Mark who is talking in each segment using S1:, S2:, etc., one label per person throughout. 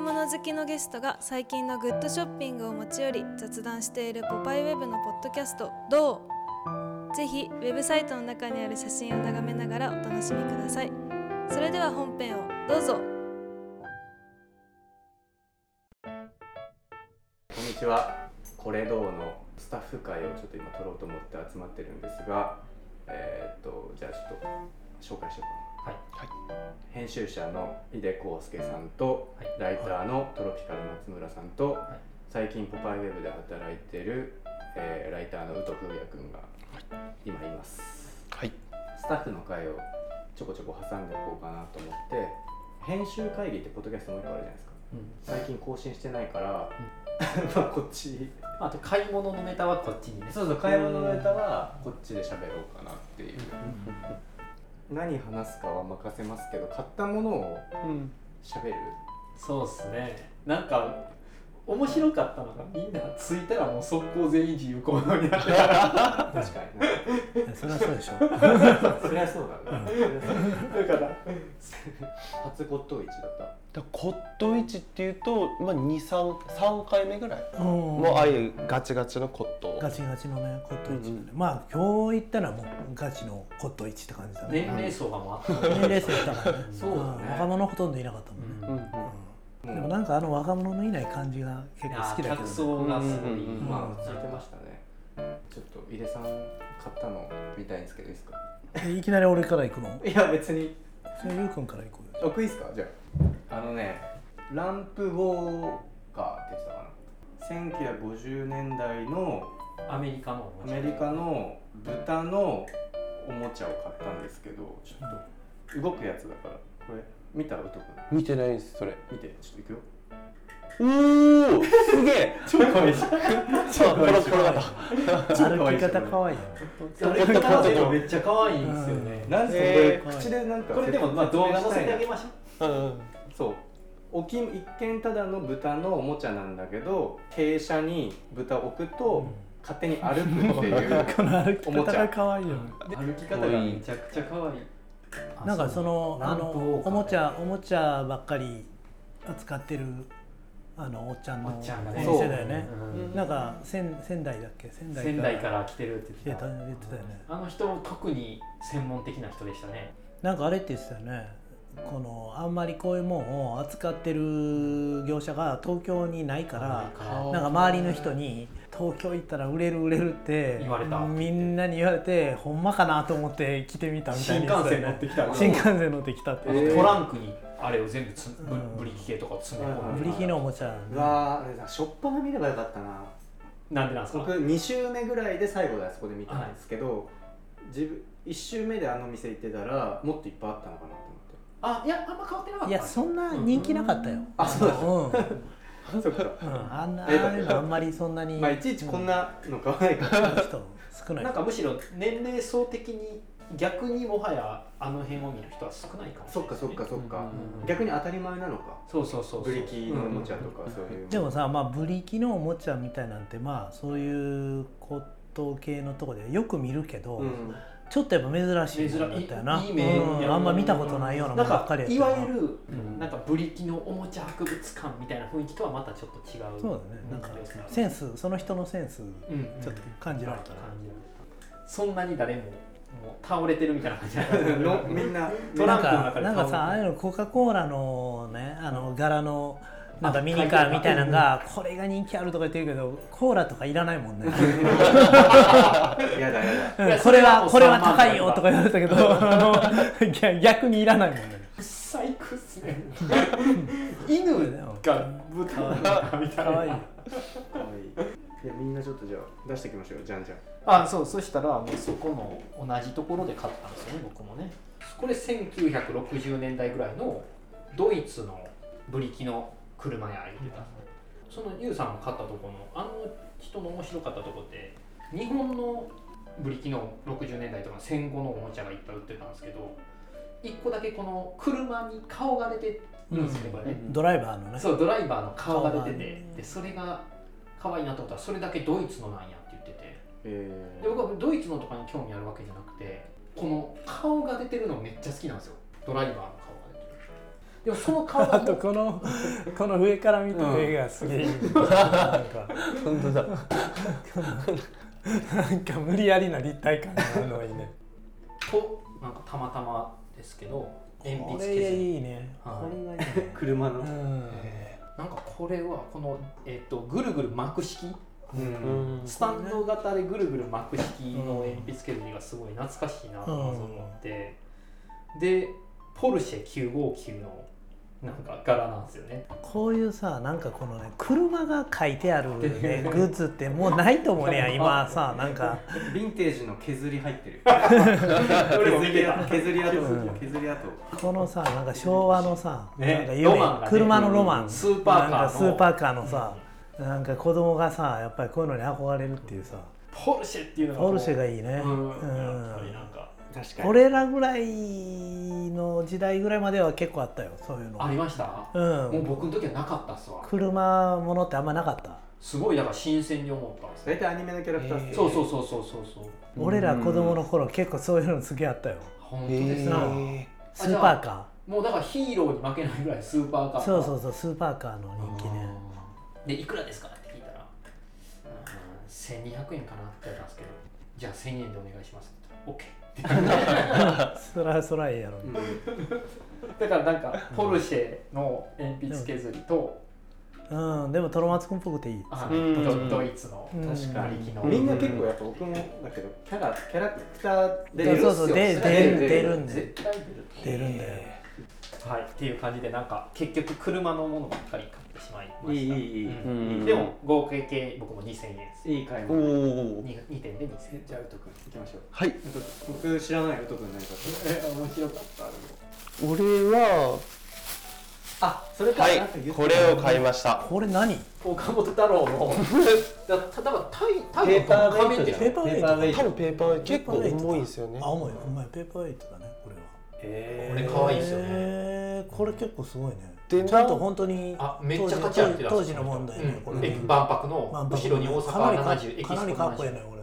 S1: 物好きのゲストが最近のグッドショッピングを持ち寄り雑談しているポパイウェブのポッドキャスト「どうぜひウェブサイトの中にある写真を眺めながらお楽しみくださいそれでは本編をどうぞ
S2: こんにちは。これどうのスタッフ会をちょっと今撮ろうと思って集まってるんですが、えーっとじゃあちょっと紹介しようかな。
S3: はい
S2: 編集者の井出康介さんと、
S3: はい
S2: ライターのトロピカル松村さんと、
S3: い
S2: 最近ポパイウェブで働いてる、えーライターの宇都風也くんが今います。
S3: はい
S2: スタッフの会をちょこちょこ挟んでいこうかなと思って、編集会議ってポッドキャストもう一個あるじゃないですか。最近更新してないから、 まあこっち
S3: あと買い物のネタはこっちにね
S2: そうそう買い物のネタはこっちで喋ろうかなっていう、何話すかは任せますけど買ったものを
S3: うん
S2: 喋る
S3: そうっすねなんか面白かったのがみんな着いたらもう速攻全員自由行動になって
S2: 確かにね
S4: それはそうでしょ
S2: そりゃそうだねそりゃそうだね
S3: だ から
S2: 初骨董市だっ
S5: だ骨董市っていうと、まあ、23回目ぐらいもうああ
S4: あ
S5: いうガチガチの骨董
S4: ガチガチのねコットン市、まあ今日行ったらもうガチのコットン市って感じだ
S3: 年
S4: ね
S3: 齢層がもうあった
S4: 年齢層だからね
S2: そうだね
S4: ん若者ほとんどいなかったもんね、
S5: うんうん
S2: た
S4: でもなんかあの若者のいない感じが結構好きだけ
S3: 客
S4: ど、ね、
S3: 層がすごい、
S5: うんうんうん
S2: ま
S4: うん
S2: あ聞いてましたねちょっと井出さん買ったの見たいんですけどいいですか
S4: いきなり俺から行くの
S2: いや別に
S4: それゆうくんから行こうよ
S2: 僕いいですかじゃああのねランプウォーカーって言ってたかな1950年代の
S3: アメリカの
S2: アメリカの豚のおもちゃを買ったんですけどちょっと動くやつだからこれ見たウト君
S5: 見てないですそれ
S2: 見てちょっといくよ
S5: おおすげえ
S2: 超かわいい
S5: そうこれこれだ
S4: 歩き方可愛いよね
S3: アメリカのでもめっちゃ可愛いんですよね、
S2: なんで
S5: え
S2: こ
S4: ー
S2: れ口でなんか
S3: これでもまあ動画載せてあげ
S2: ま
S3: ましょう
S5: うん
S2: そうおき一見ただの豚のおもちゃなんだけど傾斜に豚を置くと、勝手に歩くって いう
S4: この歩き
S2: おも
S4: 方
S2: ちゃ
S4: が可愛いよね
S3: 歩き方がめちゃくちゃ可愛い
S4: なんかその
S3: ラ
S4: あ
S3: ンプ
S4: の
S3: ウォーカー
S4: おもちゃおもちゃばっかり扱ってるあのおっちゃんの
S3: おっちゃんがね
S4: お店だよね
S3: うん
S4: なんか仙仙台だっけ仙台
S3: 仙台から来てるって言
S4: 言
S3: っ
S4: ってて
S3: た
S4: た言ってたよね
S3: あの人も特に専門的な人でしたね
S4: なんかあれって言ってたよねこのあんまりこういうもんを扱ってる業者が東京にないから
S3: ら
S4: なんか周りの人に「東京行ったら売れる売れる」って
S3: 言われた
S4: みんなに言われてほんまかなと思って来てみたみたい
S3: 新
S4: なや
S3: 幹
S4: つ
S3: 線
S4: だよ
S3: 乗っ
S4: ね
S3: てきた
S4: 新幹線乗ってきたって
S2: え
S4: 言っ
S2: ー
S4: て
S3: トランクにあれを全部つぶ
S4: うん
S3: ブリキ系とかを詰め込
S2: うんん
S4: ブ
S3: で
S4: リヒのおもちゃ
S2: うわーあれさしょっぱな見ればよかったな
S3: なんでなんですか
S2: 僕2周目ぐらいで最後であそこで見たんですけど、自分1周目であの店行ってたらもっといっぱいあったのかなと思って
S3: あいやあんま変わってなかった
S4: いやそんな人気なかったよ
S2: あそうだ
S4: うん
S2: そっか
S4: うんあんなああ
S2: ええだ
S4: いうのあんまりそんなに
S2: まあいちいちこんなの買わないから、
S4: うん人少ない
S3: なんかむしろ年齢層的に逆にもはやあの辺を見る人は少ないかもし
S2: そ
S3: れ
S2: っ
S3: ない
S2: か
S3: です
S2: そっ
S3: ね
S2: かそっか、
S3: うん
S2: 逆に当たり前なのか
S3: そうそうそうそう
S2: ブリキのおもちゃとかそういう
S4: でもさ、まあ、ブリキのおもちゃみたいなんてまあそういう骨董系のとこでよく見るけど、
S2: うん
S4: ちょっとやっぱ珍しいもんだったよな
S3: 珍いいいい面
S4: うん
S3: やな
S4: あんま見たことないようなも
S3: なん
S4: のばっか
S3: か
S4: りやった
S3: い
S4: よ
S3: わゆる
S5: うん
S3: なんかブリキのおもちゃ博物館みたいな雰囲気とはまたちょっと違う
S4: そうだねなんか
S3: ですね
S4: センスその人のセンス
S3: うん
S4: ちょっと感じられたな、
S3: 感じられたそんなに誰ももう倒れてるみたいな感じじゃ ないです
S2: のみん な
S3: トラ
S4: なん
S3: ンクの中
S4: か
S3: で
S4: なんかさああいうのコカ・コーラのねあの柄のなんかミニカーみたいなのがこれが人気あるとか言ってるけどコーラとかいらないもんね
S2: やだやだ
S4: うん
S3: いや
S4: これは
S3: そ
S4: こ
S3: れ
S4: れ
S3: は
S4: は
S3: もう
S4: 高いよとか言われたけどあの逆 逆にいらないもんね
S3: 最高っす ね犬が豚の中みたい
S4: か
S3: な
S4: わ
S2: かわい
S4: いい
S2: いいやみんなちょっとじゃあ出していきましょうじゃんじゃん
S3: あそうそしたらもうそこの同じところで買ったんですよね僕もねこれ1960年代ぐらいのドイツのブリキの車屋言ってたそのユウさんが買ったとこのあの人の面白かったとこって日本のブリキの60年代とか戦後のおもちゃがいっぱい売ってたんですけど1個だけこの車に顔が出てるんですね、これね
S4: ドライバーのね
S3: そうドライバーの顔が出て
S4: 顔が
S3: て
S4: ね
S3: でそれが可愛いなと思ったらそれだけドイツのなんやって言ってて
S2: え
S3: で僕はドイツのとかに興味あるわけじゃなくてこの顔が出てるのめっちゃ好きなんですよドライバーの顔が出てるでもその顔
S4: あ
S3: が
S4: とこのこの上から見た絵がす げえいい、なんか
S5: 本当だ
S4: なんか無理やりな立体感があるのがいいね
S3: となんかたまたまですけど鉛
S4: こ
S3: 筆削
S4: れ
S3: り
S4: いいね、
S3: はい
S4: これがいいね
S2: 車の、
S4: うん
S3: なんかこれはこの、えっとぐるぐる巻く式
S2: う
S5: うんん
S3: スタンド型でぐるぐる巻く式の鉛筆削りがすごい懐かしいなとまず思って、でポルシェ959のなんか柄なんですよね
S4: こういうさなんかこのね車が書いてある、 ね、グッズってもうないと思うねや今さなんか
S2: ヴィンテージの削り入ってる
S3: 俺も
S2: 削り
S3: 見てた
S2: 跡削り跡
S4: うん
S2: 削り跡
S4: このさなんか昭和のさ、
S3: ね
S4: なんかいい
S3: ロマンがね
S4: 車のロマン、
S3: うんスーパーカーの
S4: なんかスーパーカーのさ、なんか子供がさやっぱりこういうのに憧れるっていうさ
S3: ポルシェっていうのがこう
S4: ポルシェがいいね
S3: うん
S4: う
S3: や
S4: ん
S3: っぱりなんか
S2: 確
S4: 俺らぐらいの時代ぐらいまでは結構あったよそういう
S3: あ
S4: の
S3: りました、
S4: う
S3: もうん僕の時はなかったっすわ
S4: 車ものってあんまなかった、
S3: すごいだから新鮮に思ったんです
S2: 大
S3: ね
S2: 体アニメのキャラクターっす
S3: そ
S2: よ
S3: う
S2: ね
S3: そうそうそうそうそう
S4: 俺ら子供の頃結構そういうのすげえあったよ
S3: 本当
S5: え
S3: です
S4: な
S3: な、
S5: ー
S4: スーパーカ
S3: もうだからヒーローに負けないぐらいスーパーカ
S4: ー
S3: ー
S4: そうそううそうスーパーカーの人気ね
S3: でいくらですかって聞いたらうん1200円かなって言ったんですけどじゃあ1000円でお願いしますって言ったら OK って
S4: そらそらええやろ、
S2: うん
S3: だからなんかポルシェの鉛筆削りと、
S4: うん、でもトロマツくんっぽくていい
S3: あ
S5: うん
S3: ドドイツの
S4: うん
S2: 確か
S3: 馬
S2: に
S3: 力の、
S2: みんな結構やっぱ僕もだけどキャラキャラクターで出るっす
S4: そ
S2: よ
S4: うそうで
S2: それは
S4: 出る出るんで
S3: 絶対出る
S4: 出るんだよ
S3: はいっていう感じでなんか結局車のものばっかり買ってしまいま
S2: いいい
S3: した
S2: いいい
S3: うん
S5: うん
S3: でも合計系僕も2000円です
S2: いい買い
S5: お
S2: 物
S5: お
S3: に2点で2000円
S2: じゃあウト君行きましょう
S5: はい
S2: ウト僕知らないウト君何か
S3: え面白かっ
S2: ある
S5: 俺は
S2: あそれか、
S5: はい
S2: なんか言ってた
S5: これを買いました
S4: これ何
S3: た岡本太郎のだただからタイタイ
S2: ペーパーウェイ
S3: の
S2: ト
S3: じ
S2: じ
S3: ゃ
S2: ゃん
S3: ん
S4: ペーパーウェイト
S2: ウェ
S5: 多分ペーパー結構重いんですよね
S4: あ重いお前ペーパーウェイトだねこれは
S2: え
S3: これ可愛いですよね
S4: へーこれ結構すごいね
S5: で
S4: ちゃんと本当に
S3: あめっちゃ価値あるって出す
S4: 当時の問題ね、こ
S3: うん、
S4: れ
S3: え万博の後ろに大阪
S4: かなり
S3: 70エキス
S4: か
S3: ポ
S4: なりかっこいい
S3: 70
S4: ねこれ、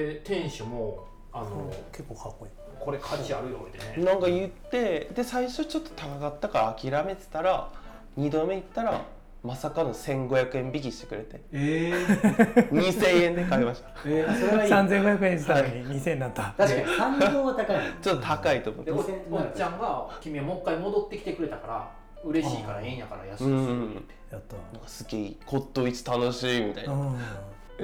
S3: うん、で店主もあ
S4: うん
S3: の、
S4: 結構かっこいい
S3: これ価値あるよってね
S5: なんか言ってで最初ちょっと高かったから諦めてたら2度目行ったらまさかの1500円引きしてくれて
S2: え
S5: 2000円で買いました
S2: ー、えー、それはいい
S4: 3500円したのに2000円になった
S2: 確かに産業は高いね
S5: ちょっと高いと思っ
S3: で
S5: て
S3: おおっ
S2: 2000
S3: ちゃんが「君はもう一回戻ってきてくれたから嬉しいからええんやから安くす
S5: うんう
S3: る
S5: ん
S4: やった
S5: なんかすげえ骨董市楽しいみたいな、
S4: うん、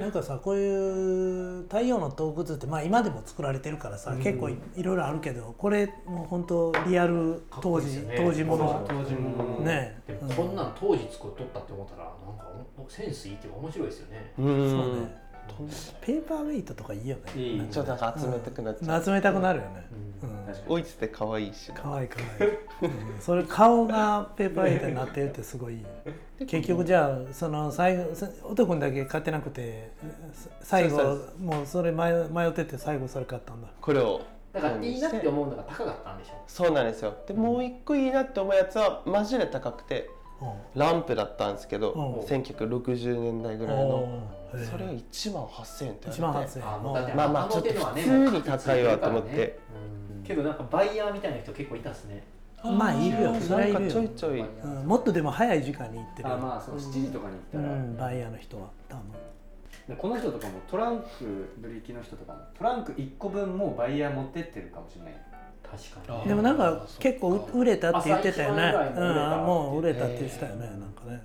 S4: なんかさこういう太陽の洞窟って、まあ、今でも作られてるからさ、
S2: うん
S4: 結構いいろいろあるけどこれもう本当リアル
S3: かっこ
S4: 当
S3: いいです
S4: 時、
S3: よね
S4: 当時も
S2: そう
S4: の
S2: 当時もの
S4: ね
S3: で
S4: う
S3: もこんなん当時作っとったって思ったらなんかおおセンスいいっていうか面白いですよね
S5: うん
S4: そうね
S5: とんでも
S4: ペーパーウェイトとかいいよね
S2: いい
S5: ないちょっとなんか集めたくなっちゃう、
S4: 集めたくなるよね、う
S3: うん
S4: ん、
S2: 確か
S5: 置いてて可愛いし
S4: かわいいかわいい、うんそれ顔がペーパーウェイトになってるってすごいいい結局じゃあその最後そ男にだけ買ってなくてさ最後
S5: そう
S4: もうそれ迷迷ってて最後それ買ったんだ
S5: これを
S3: だからいいなって思うのが高かったんでしょ
S5: そうなんですよでもう一個いいなって思うやつはマジで高くて
S4: う
S5: ランプだったんですけど、
S4: うん
S5: 1960年代ぐ
S4: ん
S5: らいの
S4: おーへー
S5: それが1万8000円って
S4: 1
S5: 言われ
S4: 万
S5: て
S4: 8000円
S3: あもうだって
S5: まあまあ
S3: の手のはね
S5: ちょっと普通に高いわと思って
S3: もう普通に高いからねうんけどなんかバイヤーみたいな人結構いたっすね
S4: まあいるよそれはい
S5: なん
S4: る
S5: かちょい
S4: よ、
S5: ちょい
S4: うん、もっとでも早い時間に行ってるよ
S2: あまあその7時とかに行った
S4: う
S2: ら、
S4: ん、バイヤーの人は多分
S2: でこの人とかもトランクブリキの人とかもトランク1個分もうバイヤー持ってってるかもしれない
S3: 確かに
S4: でもなんか結構う売れたって言ってたよね
S3: 朝一番ぐ
S4: う
S3: らいに売れたって
S4: んもう売れたって言ってたよねなんかね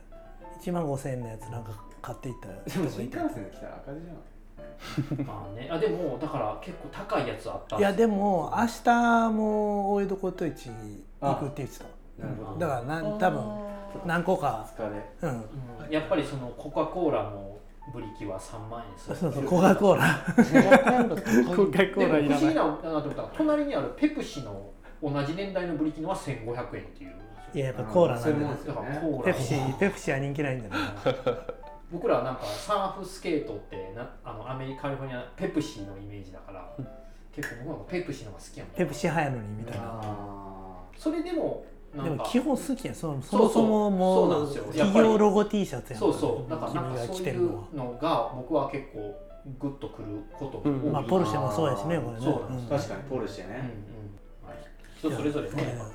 S4: 1万5000円のやつなんか買っていったよ
S2: でも新幹線で来たら赤字じゃない
S3: まあね、あでもだから結構高いやつあったん
S4: い
S3: です
S4: やでも明日も大江戸骨董市行くって言ってた
S2: なるほ
S4: だ
S2: ど
S4: からなん多分何個か
S2: 疲れ
S4: うん
S3: うんやっぱりそのコカ・コーラのブリキは3万円す
S4: そ
S3: る
S4: うそうコカ・コーラコカ・コ
S3: でも不思議なのかなと思ったら隣にあるペプシの同じ年代のブリキのは1500円っていう
S4: いややっぱコーラなんだ
S2: そういうも
S4: よ
S2: んです
S3: だ
S2: よ
S3: から
S2: ね
S3: コーラ
S4: ペプシペプシは人気ないんだよね
S3: 僕らはなんかサーフスケートってなあのアメリカカリフォルニアペプシのイメージだから結構僕はペプシのが好きやもん
S4: ペプシ早いのにみたいな
S2: あ
S3: それでもな
S4: で
S3: ん
S4: も
S3: か
S4: 基本好きやんそのそ
S3: そう
S4: もそもも
S3: そうなん
S4: う
S3: ですよ
S4: 企業ロゴ T シャツやん
S3: そうそうだからなん
S4: 君
S3: か
S4: が
S3: そう
S4: 着
S3: い
S4: てるのは
S3: うのが僕は結構グッとくることが多いな、
S5: うん
S4: まあポルシェもそうやしねこれね
S3: そうなんです
S2: ー確かにポルシェ
S3: うんうん
S2: ね、
S3: まあ人それぞれね
S4: いや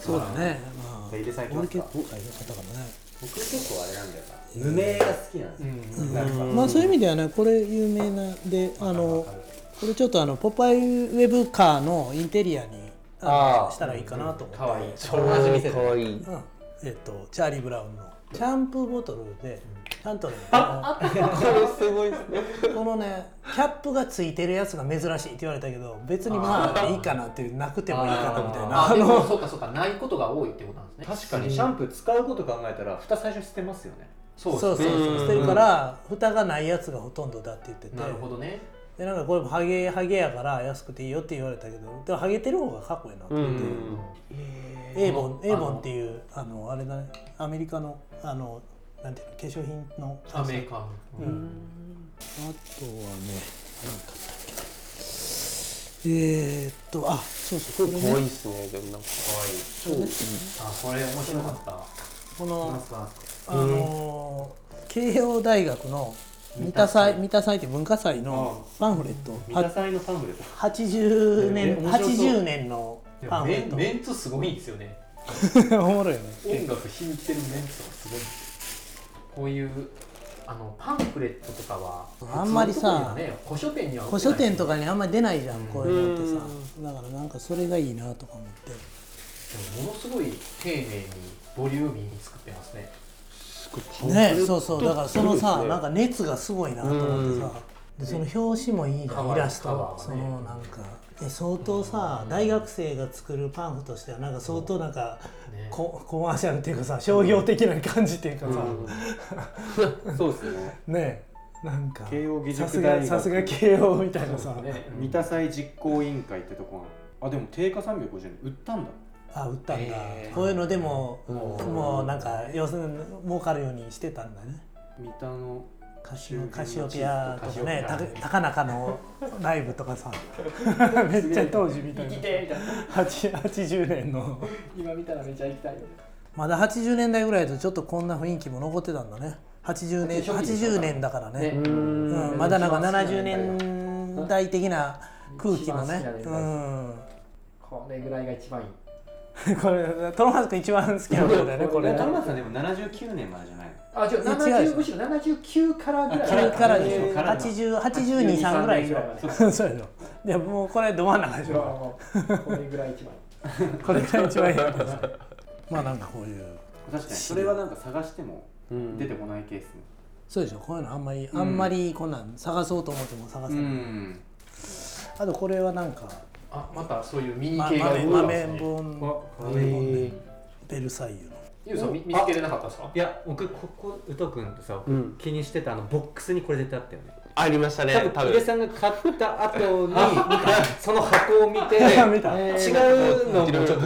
S4: そうだね、まあ、
S2: 手入れされてま
S4: 俺
S2: すか
S4: 結構買い方かもね
S2: 僕結構あれなんだよな無名が好きなんですよ、なんか
S4: まあそういう意味ではねこれ有名なであのこれちょっとあのポパイウェブカーのインテリアにあの
S5: あー
S4: したらいいかなと思って、
S3: かわいい
S5: 超かわいい
S4: うんえっとチャーリー・ブラウンのシャンプーボトルでちゃんとねあ
S5: これすごいですね
S4: のこのねキャップがついてるやつが珍しいって言われたけど別にまあいいかなっていうなくてもいいかなみたいな
S3: あ
S4: あ
S3: でも
S4: の
S3: そうかそうかないことが多いってことなんですね
S2: 確かにシャンプー使うこと考えたら蓋最初捨てますよね
S3: そ
S4: そう
S3: う
S4: そう
S3: です
S4: そう
S3: ね
S4: 捨てるから蓋がないやつがほとんどだって言ってて
S3: なるほどね
S4: でなんかこれもハゲハゲやから安くていいよって言われたけどでもハゲてる方がかっこいいなと思って、エーボンエーボンっていうあのあれだねアメリカのあのなんていうの化粧品の
S3: アメーカー
S4: あとはね、何かあったっけな。えー、っと、あ、そうそう、これ
S5: 可愛
S4: ね、
S5: いですねでもなんか
S3: あこれ面白かったな
S4: こ
S3: ん
S4: の、
S3: すかなんすか
S4: あのー慶応大学の三田祭、三田祭って文化祭のパンフレット、
S2: 三田
S4: は
S2: 祭のパンフレット
S4: 80
S3: ね
S4: 年、
S3: 面白そう
S4: 80年の
S3: で
S4: パン
S3: も
S4: フレ
S3: メ
S4: ッ
S3: ン
S4: ト。
S3: メンツすごいんですよね
S4: おもろいよね。
S3: 音楽響いてるメンツがすごいんですよこういうあのパンフレットとかは
S4: あんまりさ
S3: 普通のとこにはね古書店には売ってな
S4: 古
S3: い
S4: 書店とかにあんまり出ないじゃん、こういうのってさ
S5: う。
S4: だからなんかそれがいいなとか思って。
S3: でもものすごい丁寧にボリューミーに作ってますね
S4: ねそうそうだからそのさ、なんか熱がすごいなと思ってさでその表紙もいいじゃんイラス
S3: カバー
S4: トそ
S3: がね
S4: のなんかえ相当さ大学生が作るパンフとしてはなんか相当なんか
S3: ね
S4: ココマーシャルっていうかさ商業的な感じっていうかさ
S2: そうですね
S4: ねなんか
S2: 慶応義
S4: さ
S2: 塾
S4: す
S2: 大
S4: が
S2: 学
S4: さすが慶応みたいなさ
S3: ね
S2: 三田祭実行委員会ってとこがあでも定価350円売ったんだ
S4: あ売ったんだ
S3: へー
S4: こういうのでも
S3: うん
S4: もうなんか要するに儲かるようにしてたんだね
S2: 三田の
S4: カシオカシオペアとかね
S3: カ
S4: た
S3: シオペア
S4: 高中のライブとか さめっちゃ当時みたいな
S3: みたいな
S4: 八80年の
S3: 今見たらめちゃ行きたい
S4: まだ80年代ぐらいだとちょっとこんな雰囲気も残ってたんだね80年
S3: 初期でしょ
S4: 80年だからね
S3: ね
S4: うんまだなんか70年代的な空気のね
S3: 一番好き
S4: う
S3: な年
S4: ん
S3: これぐらいが一番いい
S4: これトロハズ君一番好きなんだよ ねこれ
S2: 田
S4: ね
S2: 村さんでも79年までじゃない
S3: あ違う
S4: え違う
S3: 70むしろ79からぐらい
S4: 9からでしょ
S2: えー
S4: 80283ぐらいでし
S3: 82 83
S4: ょ そうでしょいやもうこれど真ん中でしょ
S3: これぐらい一番いい
S4: これが一番いいですまあなんかこういう
S2: 確かにそれはなんか探しても出てこないケースね
S4: そうでしょこういうのあんまり、あんまりこんなん探そうと思っても探せない、
S2: ん
S4: あとこれはなんか
S3: あまたそういうミニ
S4: ま
S3: 系が多い
S4: 豆
S3: で
S4: 豆
S3: すね
S4: 本
S2: あ
S4: 豆本ねベルサイユの
S3: ゆうさんみ見つけれなかったですか
S2: いや僕ここ宇都君とさ、
S5: ん
S2: 気にしてたあのボックスにこれ絶対あったよね
S5: ありましたね
S2: 多分
S5: 多
S2: 木
S5: 分
S2: 部さんが買った 後にその箱を見 て
S4: 見た
S2: 違うのもちょっと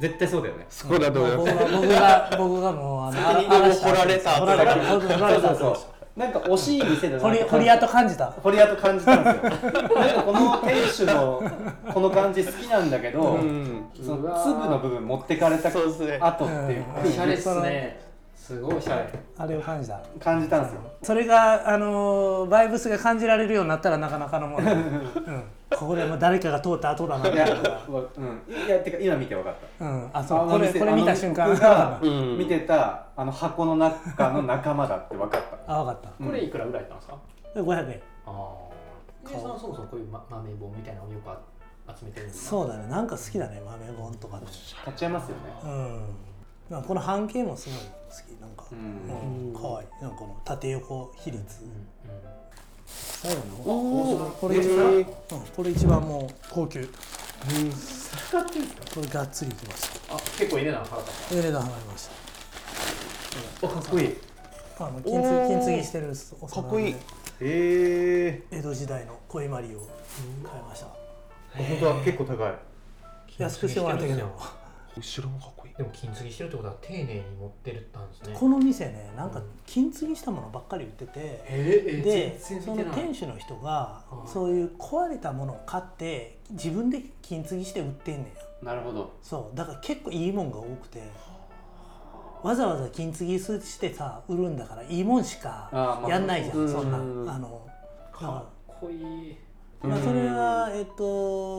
S2: 絶対そうだよね
S5: そうだと思います
S4: 僕が僕が僕がもうあの
S5: 先にでも掘られた
S4: 掘られた掘られた
S2: うなんか惜しい店だな
S4: 掘り掘り跡感じた
S2: 掘り跡感じたん ですよなんかこの店主のこの感じ好きなんだけど、
S5: うん
S2: その粒の部分持ってかれた
S5: そうですね
S2: 後っていう
S4: うん
S3: おしゃれっすねすごいおしゃれ
S4: あれを感じた
S2: 感じたんですよ
S4: それがあのーバイブスが感じられるようになったらなかなかのもの、うん、ここでもう誰かが通った後だなみ
S2: い
S4: たい
S2: や、
S4: な
S2: うん、いやてか今見て分かった
S4: うん、あそう
S2: ああ
S4: これ
S2: の店
S4: これ見た瞬間
S2: あの
S4: あ
S2: 僕が
S4: 分
S5: うん
S2: 見てたあの箱の中の仲間だって分かった
S4: かった
S3: これいくらぐらいだったんですか
S4: これ500円
S3: ああゆうさんはそもそもこういうま豆本みたいなのをよくあ集めてるんですか
S4: そうだねなんか好きだね豆本とかね
S2: 買っちゃいますよね
S4: うんまあこの半径もすごい好きなんか、
S2: うん
S4: うん、かわいいなんかこの縦横比率
S3: うん
S4: そうなの
S5: おー
S4: これ一番、うん、これ一番もう高級これがっつりいきました
S3: あ結構入れなの腹立っ
S4: エレダ払いました
S3: かっこいい
S4: たあの金継ぎ金継ぎしてる
S5: か
S4: お
S5: っ
S4: 魚
S5: こいい
S4: で
S2: へえ
S4: 江戸時代の恋マリを買いました
S2: 本当は結構高い
S4: 安くしてもらったけど
S5: 後ろもかっこいい
S3: でも金継ぎしてるってことは丁寧に持ってるったんですね
S4: この店ねなんか金継ぎしたものばっかり売ってて
S3: え
S4: で
S3: 全
S4: そ
S3: 然
S4: の
S3: 見てない
S4: 店主の人が
S3: はい
S4: そういう壊れたものを買って自分で金継ぎして売ってんねん
S2: なるほど
S4: そうだから結構いいもんが多くてわざわざ金継ぎしてさ売るんだからいいもんし
S2: あー
S4: か
S2: まあ
S4: やんないじゃん、
S5: うん
S4: そんな
S5: うん
S4: あの
S3: か
S4: だか
S3: っこいい
S4: ら、まあ、それはえっと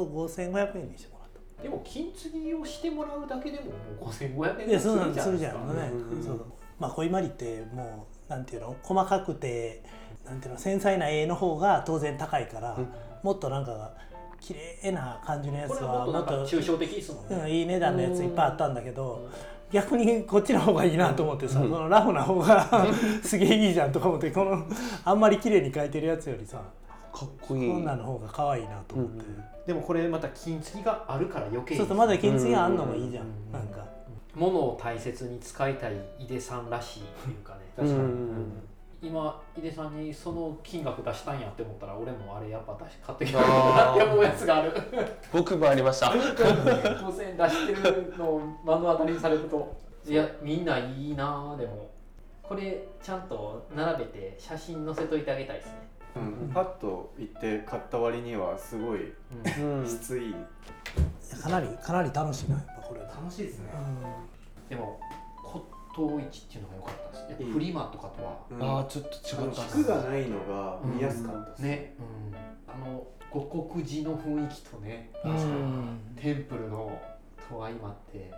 S4: 5500円にしてもらっ
S3: でも金継ぎをしてもらうだけでももう5500円
S4: いやそうなんでするじゃ
S3: か
S4: んね、
S5: うん
S4: そうまあ恋まりってもうなんていうの細かくてなんていうの繊細な絵の方が当然高いから、
S5: うん
S4: もっとなんか綺麗な感じのやつ
S3: これはも
S4: は
S3: っと
S4: も
S3: な
S4: っ
S3: んか
S4: と、
S3: 抽象的ですもんね、
S4: うん、いい値段のやついっぱいあったんだけ
S3: う
S4: ど、
S3: ん
S4: 逆にこっちの方がいいなと思ってさ、
S5: うん
S4: そのラフな方が すげえいいじゃんとか思ってこのあんまり綺麗に描いてるやつよりさ
S5: かっこいい
S4: こんなの方が可愛いなと思って、
S5: うん
S3: でもこれまた金継ぎがあるから余計
S4: そうするとまだ金継ぎあんのもいいじゃん、
S3: うん
S4: なんか
S3: 物を大切に使いたい井出さんらしいっていうかね
S5: 確かに
S3: 今井出さんにその金額出したんやって思ったら俺もあれやっぱ出し買ってきたな
S5: あ
S3: って
S5: ー
S3: 思うやつがある
S5: 僕もありました
S3: 5000円出してるのを目の当たりにされると いやみんないいなあでもこれちゃんと並べて写真載せといてあげたいですね、
S2: うん、パッと行って買った割にはすごい
S5: うん
S2: 質いい、
S4: かなりかなり楽しいなやっぱこれ、う
S2: 楽しいですね
S4: ん
S3: でも骨董市っていうのが良かったです
S2: い
S3: ね
S2: い
S3: フリマとかとは
S2: うん
S5: ああちょっと
S2: あ
S5: 違
S2: の
S5: ったな
S2: 服がないのが見やすかったです、
S3: ね、うん、あの五穀寺の雰囲気とね、テンプルのと相まって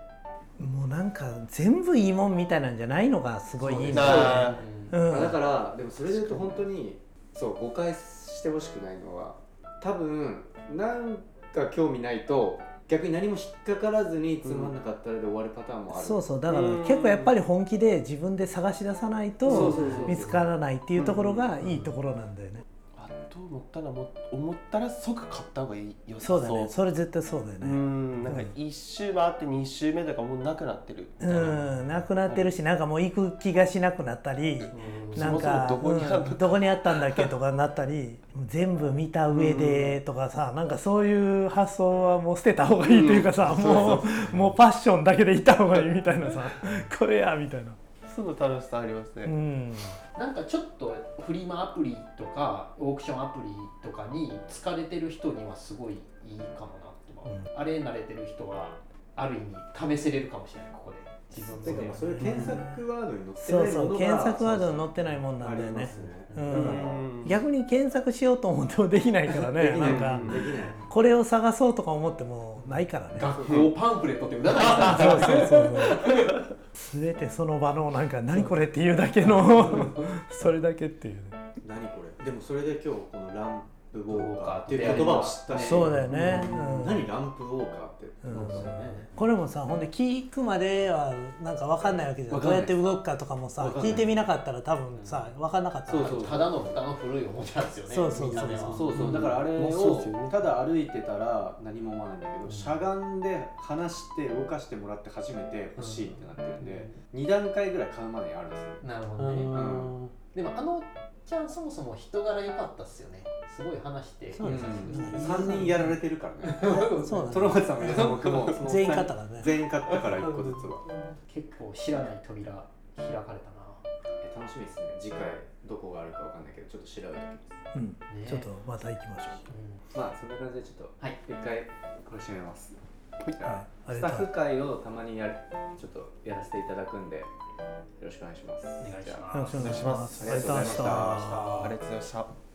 S4: もうなんか全部いいもんみたいなんじゃないのがすごいい
S5: そう
S4: いな
S5: だね
S3: うん
S4: うん
S2: あだからでもそれで言うと本当にそう誤解してほしくないのは多分なんか興味ないと逆に何も引っかからずにつまんなかったらで終わるパターンもある、
S4: そうそうだから
S5: うん
S4: 結構やっぱり本気で自分で探し出さない
S2: そう
S4: と
S2: そうそう
S4: 見つからないっていうところがいいところなんだよね、
S5: あと思ったらも思ったら即買った方がいいよ
S4: そうだねそれ絶対そうだよ
S5: う
S4: ね
S5: んなんか一周回って二周目とかもうなくなってるみ
S4: う
S5: たいなん
S4: なくなってるしなんかもう行く気がしなくなったり
S5: うん
S4: なんか
S5: そもそもどこにあるのか
S4: うんどこにあったんだっけとかなったり 全部見た上でとかさなんかそういう発想はもう捨てた方がいいというかさもうもうパッションだけでいた方がいいみたいなさこれやみたいな
S5: その楽しさあります
S4: う
S5: ね
S4: ん
S3: なんかちょっとフリマアプリとかオークションアプリとかに疲れてる人にはすごいいいかもなって思う、あれ慣れてる人はある意味試せれるかもしれないここで自分
S2: だから
S3: で
S2: もうそういう検索ワードに載って
S4: そ
S2: な
S4: う
S2: い
S4: そ
S2: もの
S4: う
S2: が
S4: 検索ワードに載ってないもんな
S2: あ
S4: んだ
S2: り
S4: よ
S2: ま
S4: ね
S2: すね
S4: う
S2: だ
S4: ん
S2: から
S4: 逆に検索しようと思ってもできないから
S2: で
S4: ね
S2: き
S4: な
S2: ない
S4: んか
S2: できない
S4: これを探そうとか思ってもないからね
S3: 学校パンフレットって売らないですか
S4: そうそうそうそう全てその場のなんか何これっていうだけのそれだけっていうね
S2: 何これでもそれで今日このランプウォーカーっていう言葉を知ったし
S4: そうだよね、うん
S2: 何ランプウォーカーって
S4: うん
S2: そうだよね
S4: これもさほんで聞くまではなんか分かんないわけじゃん
S2: わ
S4: ど
S2: か
S4: うんや
S2: ない
S4: って動くかとかもさ
S2: わかんない
S4: 聞いてみなかったら多分さ分かんなかったから
S2: そうそう
S3: ただの豚の古いおもちゃですよね
S4: そうそうそう
S3: 見た目は
S2: そうそうだからあれ
S5: まあそうですよ
S2: を
S5: ね
S2: ただ歩いてたら何も思わないんだけどしゃがんで離して動かしてもらって初めて欲しいってなってるんで2段階ぐらい買うまでにあるんですよ
S3: なるほ
S5: う
S3: どね、
S5: ん
S3: でもあのちゃんそもそも人柄良かったっすよねすごい話して
S4: そうですねうん
S2: 3人やられてるからね
S4: そうだね
S2: トロマツさんも皆さんも僕もその
S4: 全員勝ったからね
S2: 全員買ったから1個ずつは
S3: 結構知らない扉開かれ
S2: え楽しみですね次回どこがあるかわかんないけどちょっと調べておきます
S4: うん
S3: たな、ね
S4: ちょっとまた行きまし
S3: う
S4: ょ
S2: まあそんな感じでちょっと
S3: はい
S2: 一回これ締めます、じ
S4: う、は
S2: ゃ
S4: い、
S2: あ
S4: あり
S2: ス
S4: が
S2: タ
S4: と
S2: ッ
S4: う
S2: フ会をたまにやるちょっとやらせていただくんでよろしくお願いします
S3: んお願いし
S2: じゃあ
S4: よろ
S3: ま
S4: し
S3: す
S4: くお願いします
S2: ありがとうございました
S4: ありがとうございました
S5: ありがとうございました